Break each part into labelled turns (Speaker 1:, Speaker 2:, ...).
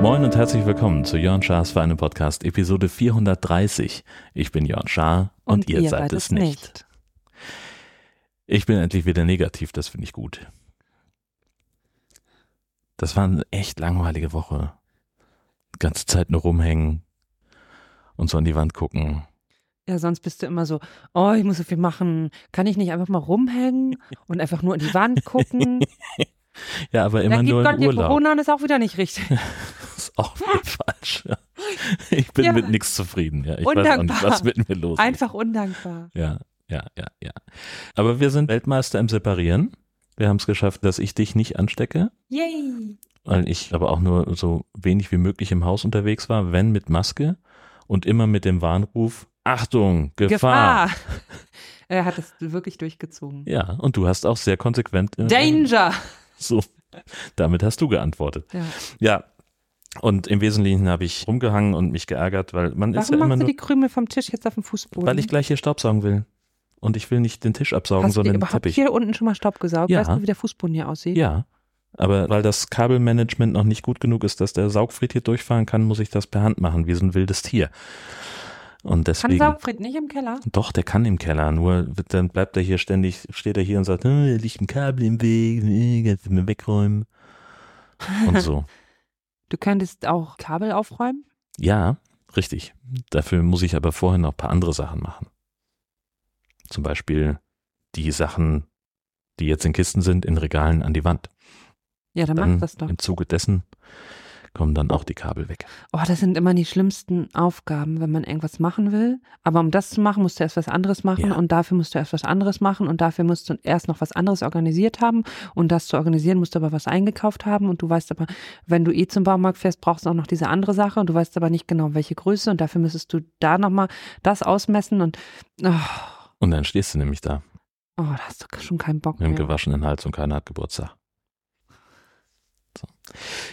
Speaker 1: Moin und herzlich willkommen zu Jörn Schars Feine Podcast, Episode 430. Ich bin Jörn Schaar und, ihr, seid es nicht. Ich bin endlich wieder negativ, das finde ich gut. Das war eine echt langweilige Woche. Die ganze Zeit nur rumhängen und so an die Wand gucken.
Speaker 2: Ja, sonst bist du immer so, oh, ich muss so viel machen. Kann ich nicht einfach mal rumhängen und einfach nur in die Wand gucken?
Speaker 1: Ja, aber immer
Speaker 2: Dann gibt
Speaker 1: nur
Speaker 2: Gott
Speaker 1: im
Speaker 2: dir
Speaker 1: Urlaub.
Speaker 2: Corona und ist auch wieder nicht richtig.
Speaker 1: Das ist auch viel falsch. ja. Ich bin
Speaker 2: Ja.
Speaker 1: mit nichts zufrieden. Ja, ich weiß auch nicht,
Speaker 2: Undankbar.
Speaker 1: was mit mir los ist.
Speaker 2: Einfach undankbar.
Speaker 1: Ja, ja, ja, ja. Aber wir sind Weltmeister im Separieren. Wir haben es geschafft, dass ich dich nicht anstecke,
Speaker 2: Yay.
Speaker 1: weil ich aber auch nur so wenig wie möglich im Haus unterwegs war, wenn mit Maske und immer mit dem Warnruf, Achtung, Gefahr.
Speaker 2: Gefahr. Er hat es wirklich durchgezogen.
Speaker 1: Ja, und du hast auch sehr konsequent. äh,
Speaker 2: Danger.
Speaker 1: So, damit hast du geantwortet.
Speaker 2: Ja.
Speaker 1: Ja. Und im Wesentlichen habe ich rumgehangen und mich geärgert, weil man ist ja
Speaker 2: Warum
Speaker 1: immer
Speaker 2: machst du
Speaker 1: nur,
Speaker 2: die Krümel vom Tisch jetzt auf dem Fußboden?
Speaker 1: weil ich gleich hier Staubsaugen will. Und ich will nicht den Tisch absaugen,
Speaker 2: Hast du dir
Speaker 1: sondern den
Speaker 2: überhaupt
Speaker 1: Teppich.
Speaker 2: hier unten schon mal Staub gesaugt?
Speaker 1: Ja.
Speaker 2: Weißt du, wie der Fußboden hier aussieht?
Speaker 1: Ja, aber weil das Kabelmanagement noch nicht gut genug ist, dass der Saugfried hier durchfahren kann, muss ich das per Hand machen, wie so ein wildes Tier. Und
Speaker 2: Kann
Speaker 1: deswegen.
Speaker 2: Saugfried nicht im Keller?
Speaker 1: doch, der kann im Keller, nur wird- dann bleibt er hier ständig, steht er hier und sagt, "Äh, hier liegt ein Kabel im Weg, äh, kannst du mir wegräumen. Und so.
Speaker 2: Du könntest auch Kabel aufräumen?
Speaker 1: ja, richtig. Dafür muss ich aber vorher noch ein paar andere Sachen machen. Zum Beispiel die Sachen, die jetzt in Kisten sind, in Regalen an die Wand.
Speaker 2: Ja, dann,
Speaker 1: dann
Speaker 2: mach das doch.
Speaker 1: im Zuge dessen kommen dann auch die Kabel weg.
Speaker 2: Oh, das sind immer die schlimmsten Aufgaben, wenn man irgendwas machen will. Aber um das zu machen, musst du erst was anderes machen
Speaker 1: Ja.
Speaker 2: und dafür musst du erst was anderes machen und dafür musst du erst noch was anderes organisiert haben. Und das zu organisieren, musst du aber was eingekauft haben. Und du weißt aber, wenn du eh zum Baumarkt fährst, brauchst du auch noch diese andere Sache und du weißt aber nicht genau, welche Größe und dafür müsstest du da nochmal das ausmessen und oh,
Speaker 1: Und dann stehst du nämlich da
Speaker 2: oh, da hast du schon keinen Bock
Speaker 1: mit dem
Speaker 2: mehr.
Speaker 1: gewaschenen Hals und keiner hat Geburtstag. So.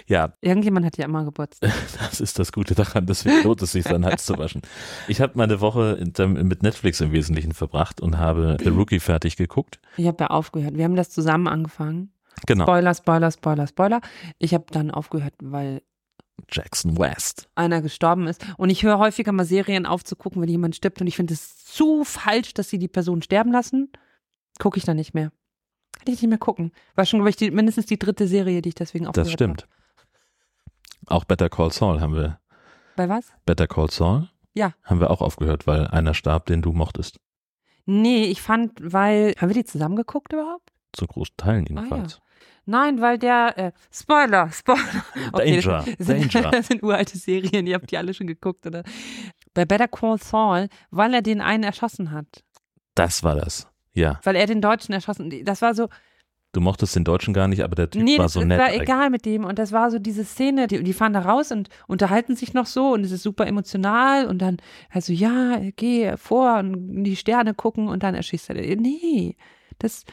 Speaker 1: Ja,
Speaker 2: Irgendjemand hat ja immer Geburtstag.
Speaker 1: das ist das Gute daran, deswegen lohnt es sich, seinen Hals zu waschen. Ich habe meine Woche in- ähm, mit Netflix im Wesentlichen verbracht und habe The Rookie fertig geguckt.
Speaker 2: Ich habe ja aufgehört. Wir haben das zusammen angefangen.
Speaker 1: Genau,
Speaker 2: Spoiler, Spoiler, Spoiler, Spoiler. Ich habe dann aufgehört, weil
Speaker 1: Jackson West.
Speaker 2: einer gestorben ist. Und ich höre häufiger mal Serien aufzugucken, wenn jemand stirbt. Und ich finde es zu falsch, dass sie die Person sterben lassen. Gucke ich dann nicht mehr. Kann ich nicht mehr gucken. War schon, glaube ich, die, mindestens die dritte Serie, die ich deswegen aufgehört
Speaker 1: Das stimmt. Auch Better Call Saul haben wir.
Speaker 2: Habe. Bei was?
Speaker 1: Better Call Saul?
Speaker 2: Ja.
Speaker 1: Haben wir auch aufgehört, weil einer starb, den du mochtest.
Speaker 2: Nee, ich fand, weil. Haben wir die zusammengeguckt überhaupt?
Speaker 1: Zu großen Teilen
Speaker 2: ja.
Speaker 1: jedenfalls.
Speaker 2: Nein, weil der. Äh, Spoiler, Spoiler.
Speaker 1: Danger,
Speaker 2: das sind,
Speaker 1: Danger.
Speaker 2: Das sind uralte Serien, ihr habt die alle schon geguckt, oder? Bei Better Call Saul, weil er den einen erschossen hat.
Speaker 1: Das war das. Ja.
Speaker 2: Weil er den Deutschen erschossen. Das war so,
Speaker 1: Du mochtest den Deutschen gar nicht, aber der Typ
Speaker 2: nee,
Speaker 1: war
Speaker 2: das,
Speaker 1: so
Speaker 2: das
Speaker 1: nett.
Speaker 2: war
Speaker 1: eigentlich.
Speaker 2: egal mit dem. Und das war so diese Szene, die, die fahren da raus und unterhalten sich noch so und es ist super emotional und dann, also ja, geh vor und in die Sterne gucken und dann erschießt er. den. Nee, das,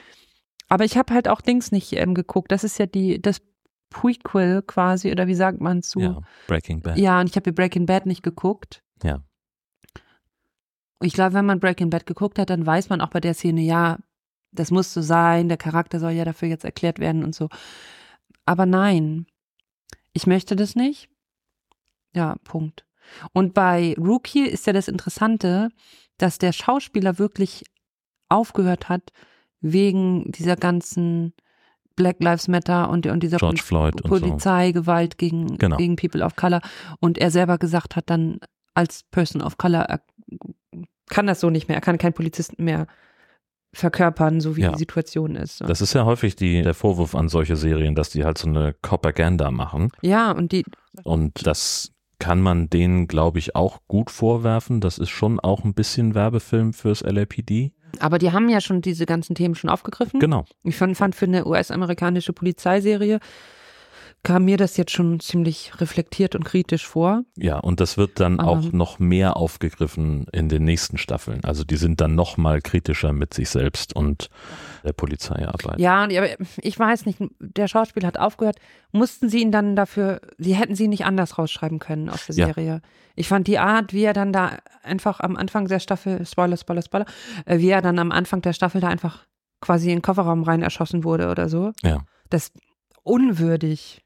Speaker 2: aber ich habe halt auch Dings nicht ähm, geguckt. Das ist ja die, das Prequel quasi oder wie sagt man zu.
Speaker 1: Ja, Breaking Bad.
Speaker 2: Ja, und ich habe hier Breaking Bad nicht geguckt.
Speaker 1: Ja.
Speaker 2: Ich glaube, wenn man Breaking Bad geguckt hat, dann weiß man auch bei der Szene, ja, das muss so sein, der Charakter soll ja dafür jetzt erklärt werden und so. Aber nein, ich möchte das nicht. Ja, Punkt. Und bei Rookie ist ja das Interessante, dass der Schauspieler wirklich aufgehört hat wegen dieser ganzen Black Lives Matter und, und dieser
Speaker 1: George Floyd und so.
Speaker 2: Polizei, Gewalt gegen,
Speaker 1: Genau.
Speaker 2: gegen People of Color. Und er selber gesagt hat dann als Person of Color, er kann das so nicht mehr, er kann keinen Polizisten mehr verkörpern, so wie
Speaker 1: Ja.
Speaker 2: die Situation ist. Und,
Speaker 1: Das ist ja häufig die, der Vorwurf an solche Serien, dass die halt so eine Propaganda machen.
Speaker 2: ja, und die,
Speaker 1: Und das kann man denen, glaube ich, auch gut vorwerfen. Das ist schon auch ein bisschen Werbefilm fürs LAPD.
Speaker 2: aber die haben ja schon diese ganzen Themen schon aufgegriffen.
Speaker 1: Genau.
Speaker 2: Ich fand, fand für eine US-amerikanische Polizeiserie kam mir das jetzt schon ziemlich reflektiert und kritisch vor.
Speaker 1: Ja, und das wird dann
Speaker 2: Aber-
Speaker 1: auch noch mehr aufgegriffen in den nächsten Staffeln. Also die sind dann noch mal kritischer mit sich selbst und der Polizeiarbeit.
Speaker 2: Ja, und- aber ich weiß nicht, der Schauspieler hat aufgehört. Mussten sie ihn dann dafür, sie hätten sie nicht anders rausschreiben können aus der
Speaker 1: Ja.
Speaker 2: Serie. Ich fand die Art, wie er dann da einfach am Anfang der Staffel, Spoiler, Spoiler, Spoiler, äh, wie er dann am Anfang der Staffel da einfach quasi in den Kofferraum rein erschossen wurde oder so.
Speaker 1: Ja.
Speaker 2: Das unwürdig.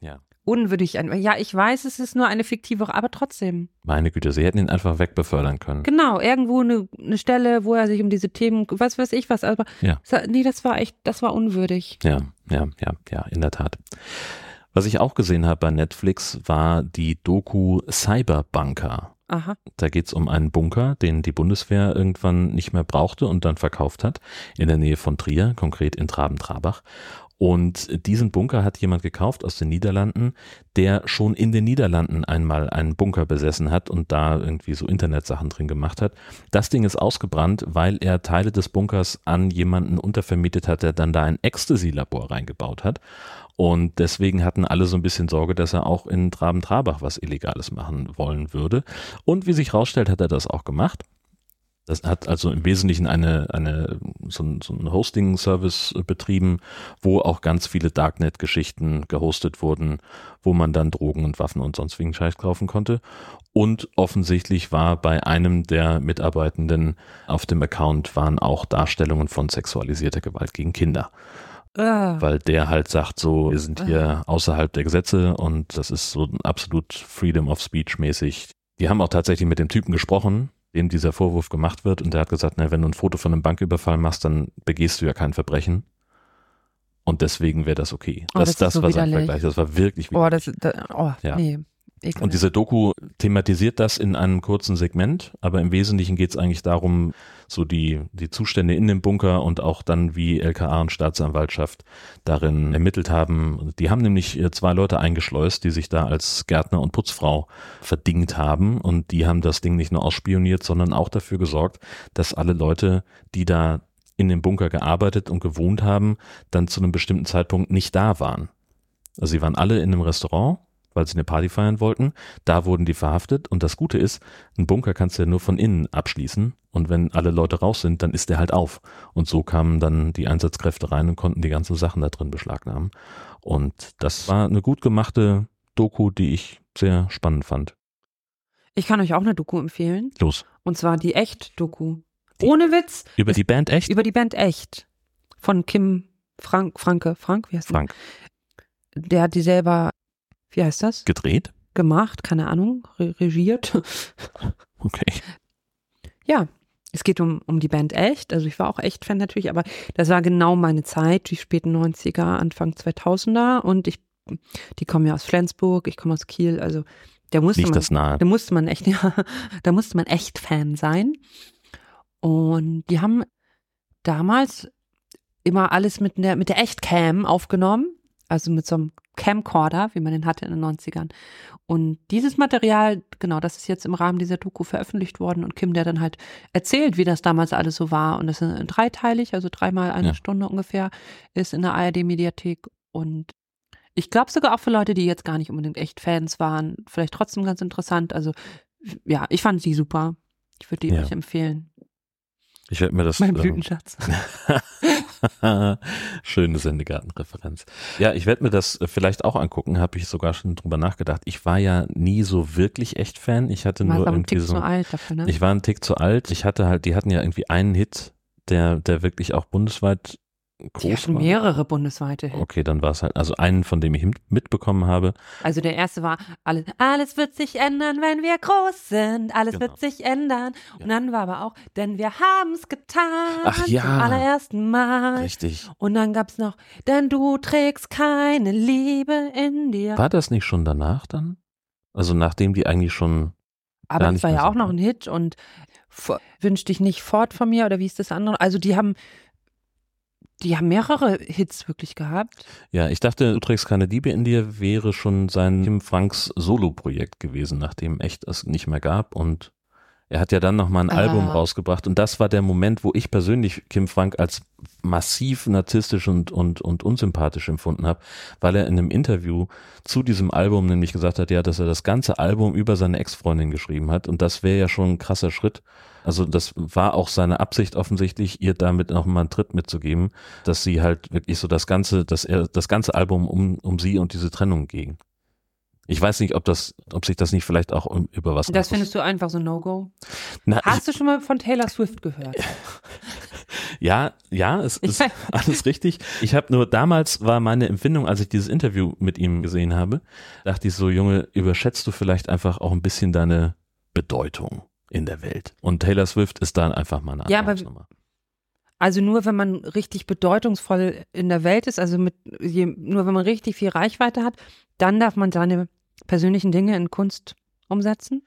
Speaker 1: Ja.
Speaker 2: Unwürdig. ein- Ja, ich weiß, es ist nur eine fiktive, aber trotzdem.
Speaker 1: Meine Güte, sie hätten ihn einfach wegbefördern können.
Speaker 2: Genau, irgendwo eine, eine Stelle, wo er sich um diese Themen, was weiß ich was, aber
Speaker 1: Ja.
Speaker 2: sa- nee, das war echt, das war unwürdig.
Speaker 1: Ja, ja, ja, ja, in der Tat. Was ich auch gesehen habe bei Netflix war die Doku Cyberbunker.
Speaker 2: Aha.
Speaker 1: Da geht's um einen Bunker, den die Bundeswehr irgendwann nicht mehr brauchte und dann verkauft hat, in der Nähe von Trier, konkret in Traben-Trabach. Und diesen Bunker hat jemand gekauft aus den Niederlanden, der schon in den Niederlanden einmal einen Bunker besessen hat und da irgendwie so Internetsachen drin gemacht hat. Das Ding ist ausgebrannt, weil er Teile des Bunkers an jemanden untervermietet hat, der dann da ein Ecstasy-Labor reingebaut hat. Und deswegen hatten alle so ein bisschen Sorge, dass er auch in Traben-Trabach was Illegales machen wollen würde. Und wie sich herausstellt, hat er das auch gemacht. Das hat also im Wesentlichen eine, eine, so einen so ein Hosting-Service betrieben, wo auch ganz viele Darknet-Geschichten gehostet wurden, wo man dann Drogen und Waffen und sonstigen Scheiß kaufen konnte. Und offensichtlich war bei einem der Mitarbeitenden auf dem Account waren auch Darstellungen von sexualisierter Gewalt gegen Kinder
Speaker 2: Ah.
Speaker 1: weil der halt sagt, so, wir sind hier außerhalb der Gesetze und das ist so absolut Freedom of Speech mäßig. Die haben auch tatsächlich mit dem Typen gesprochen, dem dieser Vorwurf gemacht wird und der hat gesagt, na, wenn du ein Foto von einem Banküberfall machst, dann begehst du ja kein Verbrechen. Und deswegen wäre das okay.
Speaker 2: Oh, das ist so
Speaker 1: war sein
Speaker 2: widerlich.
Speaker 1: Vergleich. Das war wirklich
Speaker 2: Oh, das, da, oh,
Speaker 1: Ja.
Speaker 2: nee. Ekelhaft.
Speaker 1: und diese Doku thematisiert das in einem kurzen Segment, aber im Wesentlichen geht es eigentlich darum, so die, die Zustände in dem Bunker und auch dann, wie LKA und Staatsanwaltschaft darin ermittelt haben. Die haben nämlich äh, zwei Leute eingeschleust, die sich da als Gärtner und Putzfrau verdingt haben und die haben das Ding nicht nur ausspioniert, sondern auch dafür gesorgt, dass alle Leute, die da in dem Bunker gearbeitet und gewohnt haben, dann zu einem bestimmten Zeitpunkt nicht da waren. Also sie waren alle in einem Restaurant, weil sie eine Party feiern wollten. Da wurden die verhaftet und das Gute ist, einen Bunker kannst du ja nur von innen abschließen und wenn alle Leute raus sind, dann ist der halt auf. Und so kamen dann die Einsatzkräfte rein und konnten die ganzen Sachen da drin beschlagnahmen. Und das war eine gut gemachte Doku, die ich sehr spannend fand.
Speaker 2: ich kann euch auch eine Doku empfehlen.
Speaker 1: Los.
Speaker 2: Und zwar die Echt-Doku.
Speaker 1: Die-
Speaker 2: Ohne Witz,
Speaker 1: Über die Band echt?
Speaker 2: über die Band Echt. Von Kim Frank, Franke, Frank, wie heißt
Speaker 1: Frank.
Speaker 2: der? Der hat die selber, wie heißt das?
Speaker 1: Gedreht?
Speaker 2: Gemacht, keine Ahnung, re regiert.
Speaker 1: Okay.
Speaker 2: Ja, es geht um, um die Band Echt. Also ich war auch Echt-Fan natürlich, aber das war genau meine Zeit, die späten 90er, Anfang 2000er. Und ich, die kommen ja aus Flensburg, ich komme aus Kiel. Also der musste
Speaker 1: Liegt
Speaker 2: man,
Speaker 1: das nahe.
Speaker 2: da musste man echt, ja, da musste man echt Fan sein. Und die haben damals immer alles mit der, mit der Echtcam aufgenommen, also mit so einem Camcorder, wie man den hatte in den 90ern. Und dieses Material, genau, das ist jetzt im Rahmen dieser Doku veröffentlicht worden und Kim, der dann halt erzählt, wie das damals alles so war. Und das ist dreiteilig, also dreimal eine
Speaker 1: Ja.
Speaker 2: Stunde ungefähr, ist in der ARD-Mediathek. Und ich glaube sogar auch für Leute, die jetzt gar nicht unbedingt echt Fans waren, vielleicht trotzdem ganz interessant. Also ja, ich fand sie super. Ich würde die
Speaker 1: Ja.
Speaker 2: euch empfehlen.
Speaker 1: Ich werde mir das
Speaker 2: Mein
Speaker 1: ähm,
Speaker 2: Blütenschatz.
Speaker 1: Schöne Sendegartenreferenz. Ja, ich werde mir das äh, vielleicht auch angucken, habe ich sogar schon drüber nachgedacht. Ich war ja nie so wirklich echt Fan. Ich hatte
Speaker 2: Mal
Speaker 1: nur
Speaker 2: am
Speaker 1: irgendwie
Speaker 2: Tick
Speaker 1: so.
Speaker 2: zu alt dafür, ne?
Speaker 1: Ich war einen Tick zu alt. Ich hatte halt, die hatten ja irgendwie einen Hit, der, der wirklich auch bundesweit
Speaker 2: die
Speaker 1: groß
Speaker 2: hatten
Speaker 1: war.
Speaker 2: mehrere bundesweite Hits.
Speaker 1: Okay, dann war es halt, also einen, von dem ich mit- mitbekommen habe.
Speaker 2: Also der erste war, alles, alles wird sich ändern, wenn wir groß sind. Alles
Speaker 1: Genau.
Speaker 2: wird sich ändern.
Speaker 1: Ja.
Speaker 2: Und dann war aber auch, denn wir haben's getan.
Speaker 1: Ach ja.
Speaker 2: Zum allerersten Mal.
Speaker 1: Richtig.
Speaker 2: Und dann gab's noch, denn du trägst keine Liebe in dir.
Speaker 1: War das nicht schon danach dann? Also nachdem die eigentlich schon, gar
Speaker 2: Aber
Speaker 1: nicht
Speaker 2: das war
Speaker 1: mehr
Speaker 2: ja
Speaker 1: so,
Speaker 2: auch noch
Speaker 1: ne?
Speaker 2: ein Hit und vor- wünsch dich nicht fort von mir oder wie ist das andere? Also die haben, die haben mehrere Hits wirklich gehabt.
Speaker 1: ja, ich dachte, du trägst keine Liebe in dir, wäre schon sein Tim Franks Solo-Projekt gewesen, nachdem echt es nicht mehr gab und Er hat ja dann nochmal ein
Speaker 2: Ah.
Speaker 1: Album rausgebracht und das war der Moment, wo ich persönlich Kim Frank als massiv narzisstisch und, und, und unsympathisch empfunden habe, weil er in einem Interview zu diesem Album nämlich gesagt hat, ja, dass er das ganze Album über seine Ex-Freundin geschrieben hat und das wäre ja schon ein krasser Schritt. Also das war auch seine Absicht offensichtlich, ihr damit nochmal einen Tritt mitzugeben, dass sie halt wirklich so das ganze, dass er das ganze Album um, um sie und diese Trennung ging. Ich weiß nicht, ob das, ob sich das nicht vielleicht auch um- über was.
Speaker 2: Das findest du einfach so No-Go.
Speaker 1: Na, ich,
Speaker 2: Hast du schon mal von Taylor Swift gehört?
Speaker 1: ja, ja, es
Speaker 2: Ich
Speaker 1: ist
Speaker 2: weiß.
Speaker 1: alles richtig. Ich habe nur damals war meine Empfindung, als ich dieses Interview mit ihm gesehen habe, dachte ich so, Junge, überschätzt du vielleicht einfach auch ein bisschen deine Bedeutung in der Welt. Und Taylor Swift ist dann einfach mal eine
Speaker 2: Ja, aber-
Speaker 1: Anfangsnummer.
Speaker 2: Also nur wenn man richtig bedeutungsvoll in der Welt ist, also mit je, nur wenn man richtig viel Reichweite hat, dann darf man seine persönlichen Dinge in Kunst umsetzen.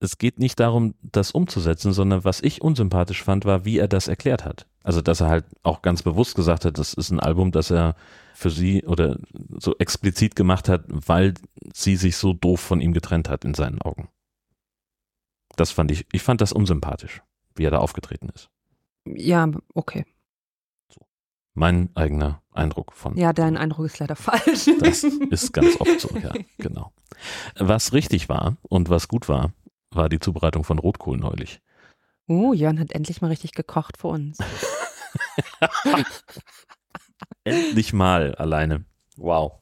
Speaker 1: es geht nicht darum, das umzusetzen, sondern was ich unsympathisch fand, war, wie er das erklärt hat. Also, dass er halt auch ganz bewusst gesagt hat, das ist ein Album, das er für sie oder so explizit gemacht hat, weil sie sich so doof von ihm getrennt hat in seinen Augen. Das fand ich, ich fand das unsympathisch, wie er da aufgetreten ist.
Speaker 2: Ja, okay.
Speaker 1: Mein eigener Eindruck von.
Speaker 2: Ja, dein Eindruck ist leider falsch.
Speaker 1: Das ist ganz oft so, ja, genau. Was richtig war und was gut war, war die Zubereitung von Rotkohl neulich.
Speaker 2: Oh, Jörn hat endlich mal richtig gekocht für uns.
Speaker 1: Endlich mal alleine. Wow.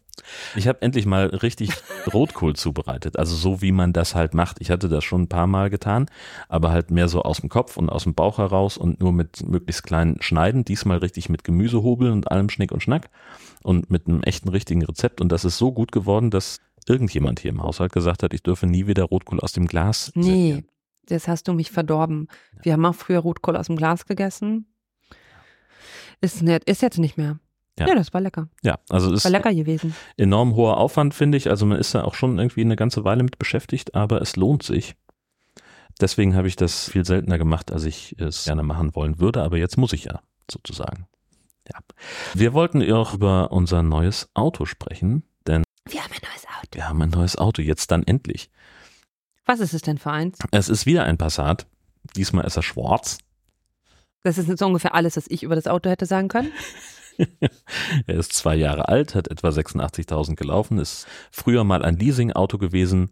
Speaker 1: Ich habe endlich mal richtig Rotkohl zubereitet. Also so, wie man das halt macht. Ich hatte das schon ein paar Mal getan, aber halt mehr so aus dem Kopf und aus dem Bauch heraus und nur mit möglichst kleinen Schneiden. Diesmal richtig mit Gemüsehobeln und allem Schnick und Schnack und mit einem echten richtigen Rezept. Und das ist so gut geworden, dass irgendjemand hier im Haushalt gesagt hat, ich dürfe nie wieder Rotkohl aus dem Glas.
Speaker 2: Nee,
Speaker 1: servieren.
Speaker 2: das hast du mich verdorben. Wir haben auch früher Rotkohl aus dem Glas gegessen. Ist, nett, ist jetzt nicht mehr.
Speaker 1: Ja.
Speaker 2: Ja, das war lecker.
Speaker 1: Ja, also es
Speaker 2: War
Speaker 1: ist
Speaker 2: lecker gewesen.
Speaker 1: enorm hoher Aufwand, finde ich. Also man ist da auch schon irgendwie eine ganze Weile mit beschäftigt, aber es lohnt sich. Deswegen habe ich das viel seltener gemacht, als ich es gerne machen wollen würde, aber jetzt muss ich ja, sozusagen. Ja. Wir wollten ja auch über unser neues Auto sprechen, denn
Speaker 2: Wir haben ein neues Auto.
Speaker 1: wir haben ein neues Auto, jetzt dann endlich.
Speaker 2: Was ist es denn für eins?
Speaker 1: Es ist wieder ein Passat, diesmal ist er schwarz,
Speaker 2: Das ist jetzt ungefähr alles, was ich über das Auto hätte sagen können.
Speaker 1: Er ist zwei Jahre alt, hat etwa 86.000 gelaufen, ist früher mal ein Leasing-Auto gewesen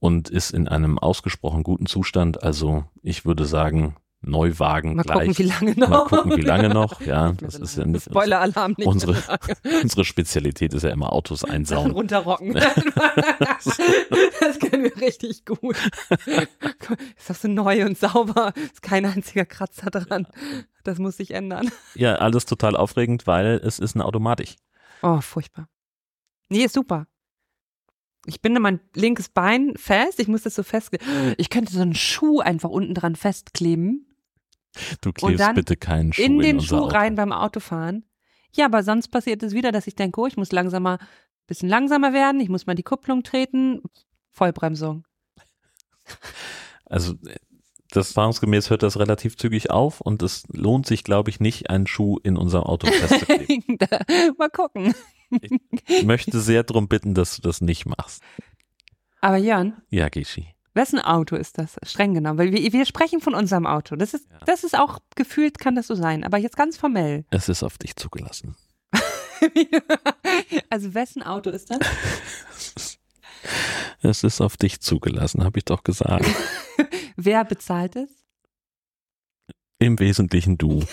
Speaker 1: und ist in einem ausgesprochen guten Zustand. Also ich würde sagen, Neuwagen
Speaker 2: Mal
Speaker 1: Hm, gleich.
Speaker 2: gucken, wie lange noch.
Speaker 1: Mal gucken, wie lange noch. Ja,
Speaker 2: Nicht mehr
Speaker 1: das
Speaker 2: so
Speaker 1: ist
Speaker 2: lange.
Speaker 1: ja nicht-
Speaker 2: Spoiler-Alarm nicht.
Speaker 1: unsere-
Speaker 2: mehr so lange.
Speaker 1: Unsere Spezialität ist ja immer Autos
Speaker 2: Sachen
Speaker 1: einsauen.
Speaker 2: runterrocken. das können wir richtig gut. Ist das so neu und sauber? Ist kein einziger Kratzer dran. Das muss sich ändern.
Speaker 1: Ja, alles total aufregend, weil es ist eine Automatik.
Speaker 2: Oh, furchtbar. Nee, ist super. Ich binde mein linkes Bein fest. Ich muss das so fest. Ich könnte so einen Schuh einfach unten dran festkleben.
Speaker 1: Du klebst
Speaker 2: dann
Speaker 1: bitte keinen Schuh
Speaker 2: in den
Speaker 1: unser
Speaker 2: Schuh
Speaker 1: Auto.
Speaker 2: rein beim Autofahren. Ja, aber sonst passiert es wieder, dass ich denke, oh, ich muss langsamer, bisschen langsamer werden, ich muss mal die Kupplung treten. Vollbremsung.
Speaker 1: Also äh, das erfahrungsgemäß hört das relativ zügig auf und es lohnt sich, glaube ich, nicht, einen Schuh in unserem Auto festzukleben.
Speaker 2: Da- mal gucken.
Speaker 1: Ich möchte sehr darum bitten, dass du das nicht machst.
Speaker 2: Aber Jörn,
Speaker 1: Ja, Gishi.
Speaker 2: wessen Auto ist das? Streng genommen, weil wir, wir sprechen von unserem Auto. Das ist,
Speaker 1: Ja.
Speaker 2: das ist auch gefühlt, kann das so sein, aber jetzt ganz formell.
Speaker 1: Es ist auf dich zugelassen.
Speaker 2: also wessen Auto ist das?
Speaker 1: Es ist auf dich zugelassen, habe ich doch gesagt.
Speaker 2: Wer bezahlt es?
Speaker 1: Im Wesentlichen du.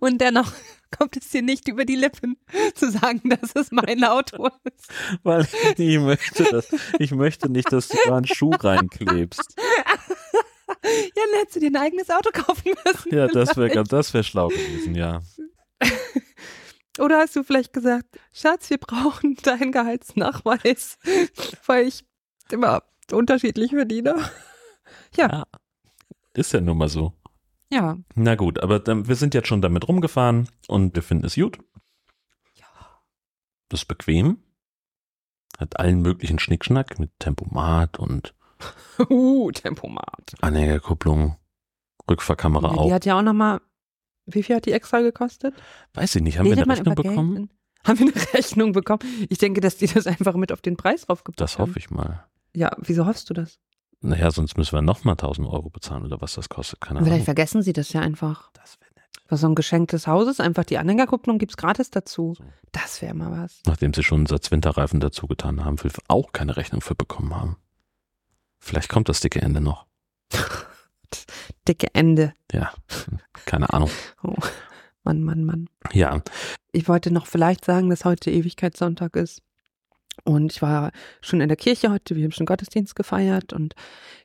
Speaker 2: Und dennoch kommt es dir nicht über die Lippen zu sagen, dass es mein Auto ist.
Speaker 1: Weil ich nicht möchte, dass, ich möchte nicht, dass du da einen Schuh reinklebst.
Speaker 2: Ja, dann hättest du dir ein eigenes Auto kaufen müssen.
Speaker 1: Ja, das wäre ganz- das wär schlau gewesen, ja.
Speaker 2: Oder hast du vielleicht gesagt, Schatz, wir brauchen deinen Gehaltsnachweis, weil ich immer unterschiedlich verdiene.
Speaker 1: Ist ja nun mal so.
Speaker 2: Ja.
Speaker 1: Na gut, aber dann, wir sind jetzt schon damit rumgefahren und wir finden es gut.
Speaker 2: Ja.
Speaker 1: Das ist bequem. Hat allen möglichen Schnickschnack mit Tempomat und
Speaker 2: Uh, Tempomat.
Speaker 1: Anhängerkupplung, Rückfahrkamera
Speaker 2: die
Speaker 1: auf.
Speaker 2: hat ja auch nochmal, wie viel hat die extra gekostet?
Speaker 1: Weiß ich nicht, haben
Speaker 2: Nee,
Speaker 1: wir
Speaker 2: ich
Speaker 1: eine
Speaker 2: hab
Speaker 1: Rechnung
Speaker 2: mal über Geld-
Speaker 1: bekommen?
Speaker 2: Haben wir eine Rechnung bekommen? Ich denke, dass die das einfach mit auf den Preis raufgepackt
Speaker 1: Das
Speaker 2: haben.
Speaker 1: hoffe ich mal.
Speaker 2: Ja, wieso hoffst du das?
Speaker 1: naja, sonst müssen wir nochmal 1000 Euro bezahlen oder was das kostet. Keine
Speaker 2: Vielleicht
Speaker 1: Ahnung.
Speaker 2: vergessen sie das ja einfach.
Speaker 1: Das wär nett.
Speaker 2: Was so ein Geschenk des Hauses, einfach die Anhängerkupplung gibt's gratis dazu.
Speaker 1: So.
Speaker 2: Das wäre mal was.
Speaker 1: Nachdem sie schon einen Satz Winterreifen dazu getan haben, will auch keine Rechnung für bekommen haben. Vielleicht kommt das dicke Ende noch.
Speaker 2: Dicke Ende.
Speaker 1: Ja, keine Ahnung.
Speaker 2: Mann, Mann, Mann.
Speaker 1: Ja,
Speaker 2: Ich wollte noch vielleicht sagen, dass heute Ewigkeitssonntag ist. Und ich war schon in der Kirche heute, wir haben schon Gottesdienst gefeiert und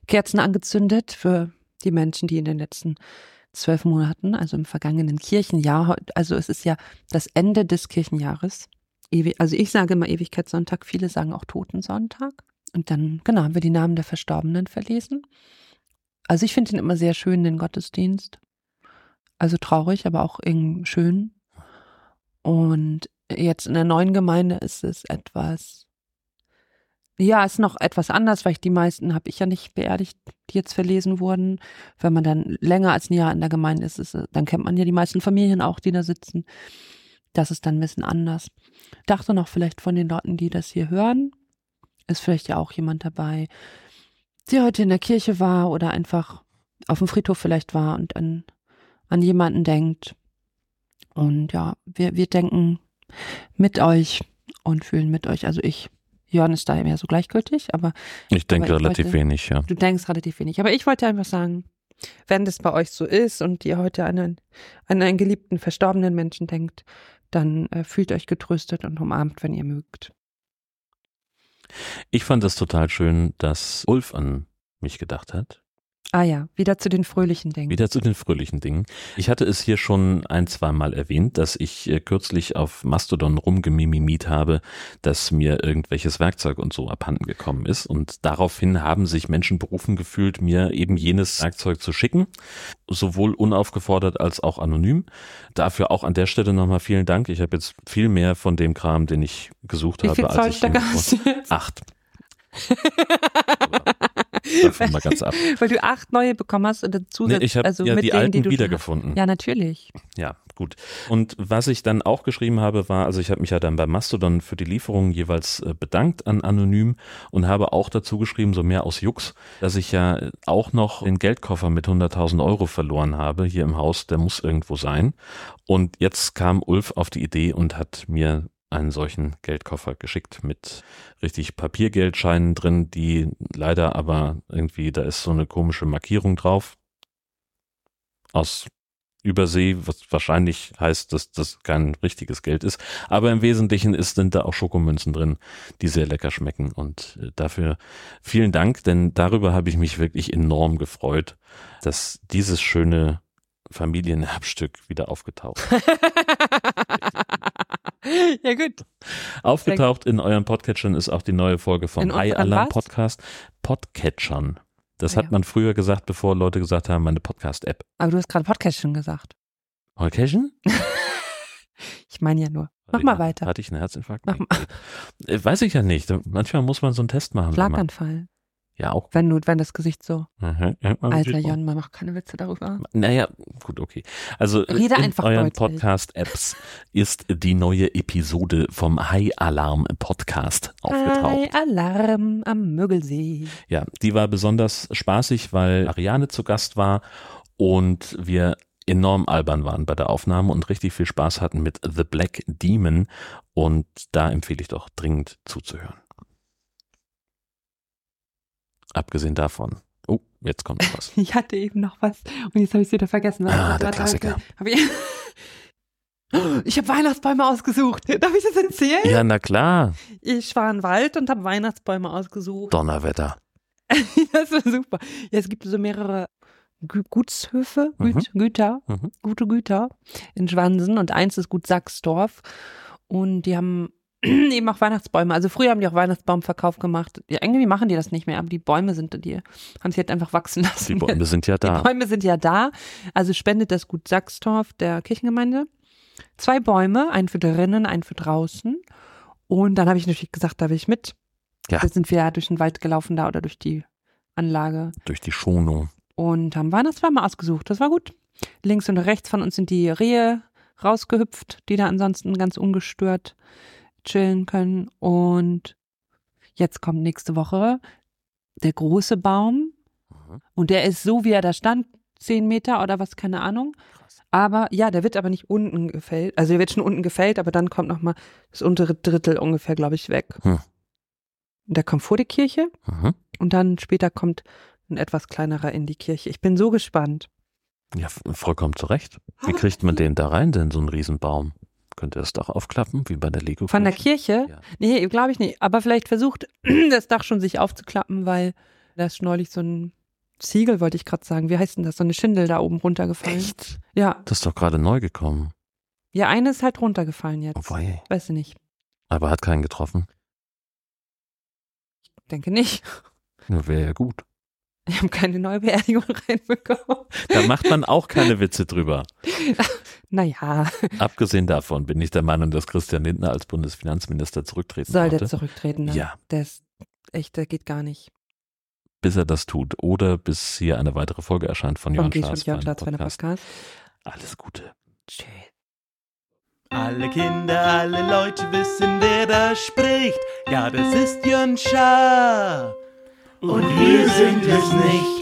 Speaker 2: Kerzen angezündet für die Menschen, die in den letzten zwölf Monaten, also im vergangenen Kirchenjahr, heu- also es ist ja das Ende des Kirchenjahres. Ewi- Also ich sage immer Ewigkeitssonntag, viele sagen auch Totensonntag. Und dann, genau, haben wir die Namen der Verstorbenen verlesen. Also ich finde den immer sehr schön, den Gottesdienst. Also traurig, aber auch irgendwie schön. Und jetzt in der neuen Gemeinde ist es etwas, ja, ist noch etwas anders, weil ich die meisten habe ich ja nicht beerdigt, die jetzt verlesen wurden. Wenn man dann länger als ein Jahr in der Gemeinde ist, ist es- dann kennt man ja die meisten Familien auch, die da sitzen. Das ist dann ein bisschen anders. Dachte noch vielleicht von den Leuten, die das hier hören, ist vielleicht ja auch jemand dabei, der heute in der Kirche war oder einfach auf dem Friedhof vielleicht war und an, an jemanden denkt, und ja, wir, wir denken mit euch und fühlen mit euch. Also ich, Jörn ist da mehr so gleichgültig, aber
Speaker 1: ich denke
Speaker 2: Aber ich
Speaker 1: relativ
Speaker 2: wollte-
Speaker 1: wenig, ja.
Speaker 2: du denkst relativ wenig. Aber ich wollte einfach sagen, wenn das bei euch so ist und ihr heute an einen, an einen geliebten, verstorbenen Menschen denkt, dann äh, fühlt euch getröstet und umarmt, wenn ihr mögt.
Speaker 1: Ich fand es total schön, dass Ulf an mich gedacht hat.
Speaker 2: Ah ja, wieder zu den fröhlichen Dingen.
Speaker 1: Wieder zu den fröhlichen Dingen. Ich hatte es hier schon ein, zweimal erwähnt, dass ich äh, kürzlich auf Mastodon rumgemimimit habe, dass mir irgendwelches Werkzeug und so abhanden gekommen ist. Und daraufhin haben sich Menschen berufen gefühlt, mir eben jenes Werkzeug zu schicken. Sowohl unaufgefordert als auch anonym. Dafür auch an der Stelle nochmal vielen Dank. Ich habe jetzt viel mehr von dem Kram, den ich gesucht
Speaker 2: Wie
Speaker 1: habe.
Speaker 2: viel
Speaker 1: als
Speaker 2: Zeug
Speaker 1: ich
Speaker 2: da
Speaker 1: ihn-
Speaker 2: hast du jetzt?
Speaker 1: Acht. Davon mal ganz ab.
Speaker 2: Weil du acht neue bekommen hast oder
Speaker 1: Nee,
Speaker 2: zusätzlich,
Speaker 1: ich habe
Speaker 2: also
Speaker 1: ja
Speaker 2: mit
Speaker 1: die
Speaker 2: denen,
Speaker 1: alten
Speaker 2: die du schon
Speaker 1: wiedergefunden.
Speaker 2: hast. Ja, natürlich.
Speaker 1: Ja, gut. Und was ich dann auch geschrieben habe, war, also ich habe mich ja dann bei Mastodon für die Lieferung jeweils äh, bedankt an Anonym und habe auch dazu geschrieben, so mehr aus Jux, dass ich ja äh, auch noch den Geldkoffer mit 100.000 Euro verloren habe hier im Haus, der muss irgendwo sein. Und jetzt kam Ulf auf die Idee und hat mir einen solchen Geldkoffer geschickt mit richtig Papiergeldscheinen drin, die leider aber irgendwie, da ist so eine komische Markierung drauf. Aus Übersee, was wahrscheinlich heißt, dass das kein richtiges Geld ist. Aber im Wesentlichen ist, sind da auch Schokomünzen drin, die sehr lecker schmecken. Und äh, dafür vielen Dank, denn darüber habe ich mich wirklich enorm gefreut, dass dieses schöne Familienerbstück wieder aufgetaucht
Speaker 2: ja gut.
Speaker 1: Aufgetaucht in euren Podcatchern ist auch die neue Folge
Speaker 2: In
Speaker 1: vom
Speaker 2: unseren
Speaker 1: High Alarm
Speaker 2: was?
Speaker 1: Podcast. Podcatchern. Das
Speaker 2: Ah,
Speaker 1: hat
Speaker 2: ja.
Speaker 1: man früher gesagt, bevor Leute gesagt haben, meine Podcast-App.
Speaker 2: Aber du hast gerade Podcast schon gesagt.
Speaker 1: Holcation?
Speaker 2: Ich meine ja nur. Mach mal weiter.
Speaker 1: Hatte ich einen Herzinfarkt?
Speaker 2: Mach
Speaker 1: Nee. Äh, Weiß ich ja nicht. Manchmal muss man so einen Test machen. wenn man-
Speaker 2: Schlaganfall.
Speaker 1: Ja, auch.
Speaker 2: Wenn du, wenn das Gesicht so.
Speaker 1: Mhm. Ja, man-
Speaker 2: Alter, Jon, man macht keine Witze darüber.
Speaker 1: Naja, gut, okay. Also äh,
Speaker 2: Rede
Speaker 1: in
Speaker 2: einfach
Speaker 1: euren
Speaker 2: deutlich.
Speaker 1: Podcast-Apps ist die neue Episode vom High Alarm Podcast
Speaker 2: Ah,
Speaker 1: aufgetaucht.
Speaker 2: Ei, Alarm am Mögelsee.
Speaker 1: Ja, die war besonders spaßig, weil Ariane zu Gast war und wir enorm albern waren bei der Aufnahme und richtig viel Spaß hatten mit The Black Demon. Und da empfehle ich doch dringend zuzuhören. Abgesehen davon. Oh, jetzt kommt noch was.
Speaker 2: Ich hatte eben noch was und jetzt habe ich es wieder vergessen.
Speaker 1: Ah,
Speaker 2: Warte,
Speaker 1: der
Speaker 2: warte,
Speaker 1: Klassiker.
Speaker 2: warte. Hab ich ich habe Weihnachtsbäume ausgesucht. Darf ich das erzählen?
Speaker 1: Ja, na klar.
Speaker 2: Ich war im Wald und habe Weihnachtsbäume ausgesucht.
Speaker 1: Donnerwetter.
Speaker 2: Das war super. Ja, es gibt so mehrere Gü Gutshöfe,
Speaker 1: Mhm.
Speaker 2: Güt Güter,
Speaker 1: Mhm.
Speaker 2: gute Güter in Schwansen und eins ist Gut Sachsdorf und die haben eben auch Weihnachtsbäume. Also früher haben die auch Weihnachtsbaumverkauf gemacht. Ja, irgendwie machen die das nicht mehr, aber die Bäume sind die, haben sie halt einfach wachsen lassen.
Speaker 1: Die Bäume sind ja
Speaker 2: Die
Speaker 1: da.
Speaker 2: Bäume sind ja da. Also spendet das Gut Sachsdorf der Kirchengemeinde. Zwei Bäume, einen für drinnen, einen für draußen. Und dann habe ich natürlich gesagt, da will ich mit.
Speaker 1: Ja.
Speaker 2: Da sind wir ja durch den Wald gelaufen da oder durch die Anlage
Speaker 1: Durch die Schonung.
Speaker 2: und haben Weihnachtsbäume ausgesucht. Das war gut. Links und rechts von uns sind die Rehe rausgehüpft, die da ansonsten ganz ungestört chillen können. Und jetzt kommt nächste Woche der große Baum
Speaker 1: Aha.
Speaker 2: Und der ist so, wie er da stand, zehn Meter oder was, keine Ahnung.
Speaker 1: Krass.
Speaker 2: Aber ja, der wird aber nicht unten gefällt. Also der wird schon unten gefällt, aber dann kommt nochmal das untere Drittel ungefähr, glaube ich, weg.
Speaker 1: Hm.
Speaker 2: Und der kommt vor die Kirche
Speaker 1: Aha.
Speaker 2: und dann später kommt ein etwas kleinerer in die Kirche. Ich bin so gespannt.
Speaker 1: Ja, v- vollkommen zu Recht. Wie kriegt man den da rein, denn so einen Riesenbaum? Könnte das Dach aufklappen, wie bei der lego
Speaker 2: Von der Kirche?
Speaker 1: Ja.
Speaker 2: Nee, glaube ich nicht. Aber vielleicht versucht das Dach schon sich aufzuklappen, weil da ist neulich so ein Ziegel, wollte ich gerade sagen. Wie heißt denn das? So eine Schindel da oben runtergefallen.
Speaker 1: Echt?
Speaker 2: Ja.
Speaker 1: Das ist doch gerade neu gekommen.
Speaker 2: Ja, eine ist halt runtergefallen jetzt.
Speaker 1: Oh, wei.
Speaker 2: Weiß ich nicht.
Speaker 1: Aber hat keinen getroffen.
Speaker 2: Denke nicht.
Speaker 1: Wäre ja gut.
Speaker 2: Ich habe keine neue Beerdigung reinbekommen.
Speaker 1: Da macht man auch keine Witze drüber.
Speaker 2: Naja,
Speaker 1: Abgesehen davon bin ich der Meinung, dass Christian Lindner als Bundesfinanzminister zurücktreten
Speaker 2: soll der
Speaker 1: sollte.
Speaker 2: zurücktreten. Ne?
Speaker 1: Ja,
Speaker 2: Der ist echt, der geht gar nicht.
Speaker 1: bis er das tut oder bis hier eine weitere Folge erscheint von
Speaker 2: Vom
Speaker 1: Johann
Speaker 2: Geht und Jörg
Speaker 1: Schlafs
Speaker 2: Schlafzweiner
Speaker 1: Podcast.
Speaker 2: Podcast.
Speaker 1: Alles Gute.
Speaker 2: Tschüss.
Speaker 3: Alle Kinder, alle Leute wissen, wer da spricht. Ja, das ist Jön Schaar. Und wir sind es nicht.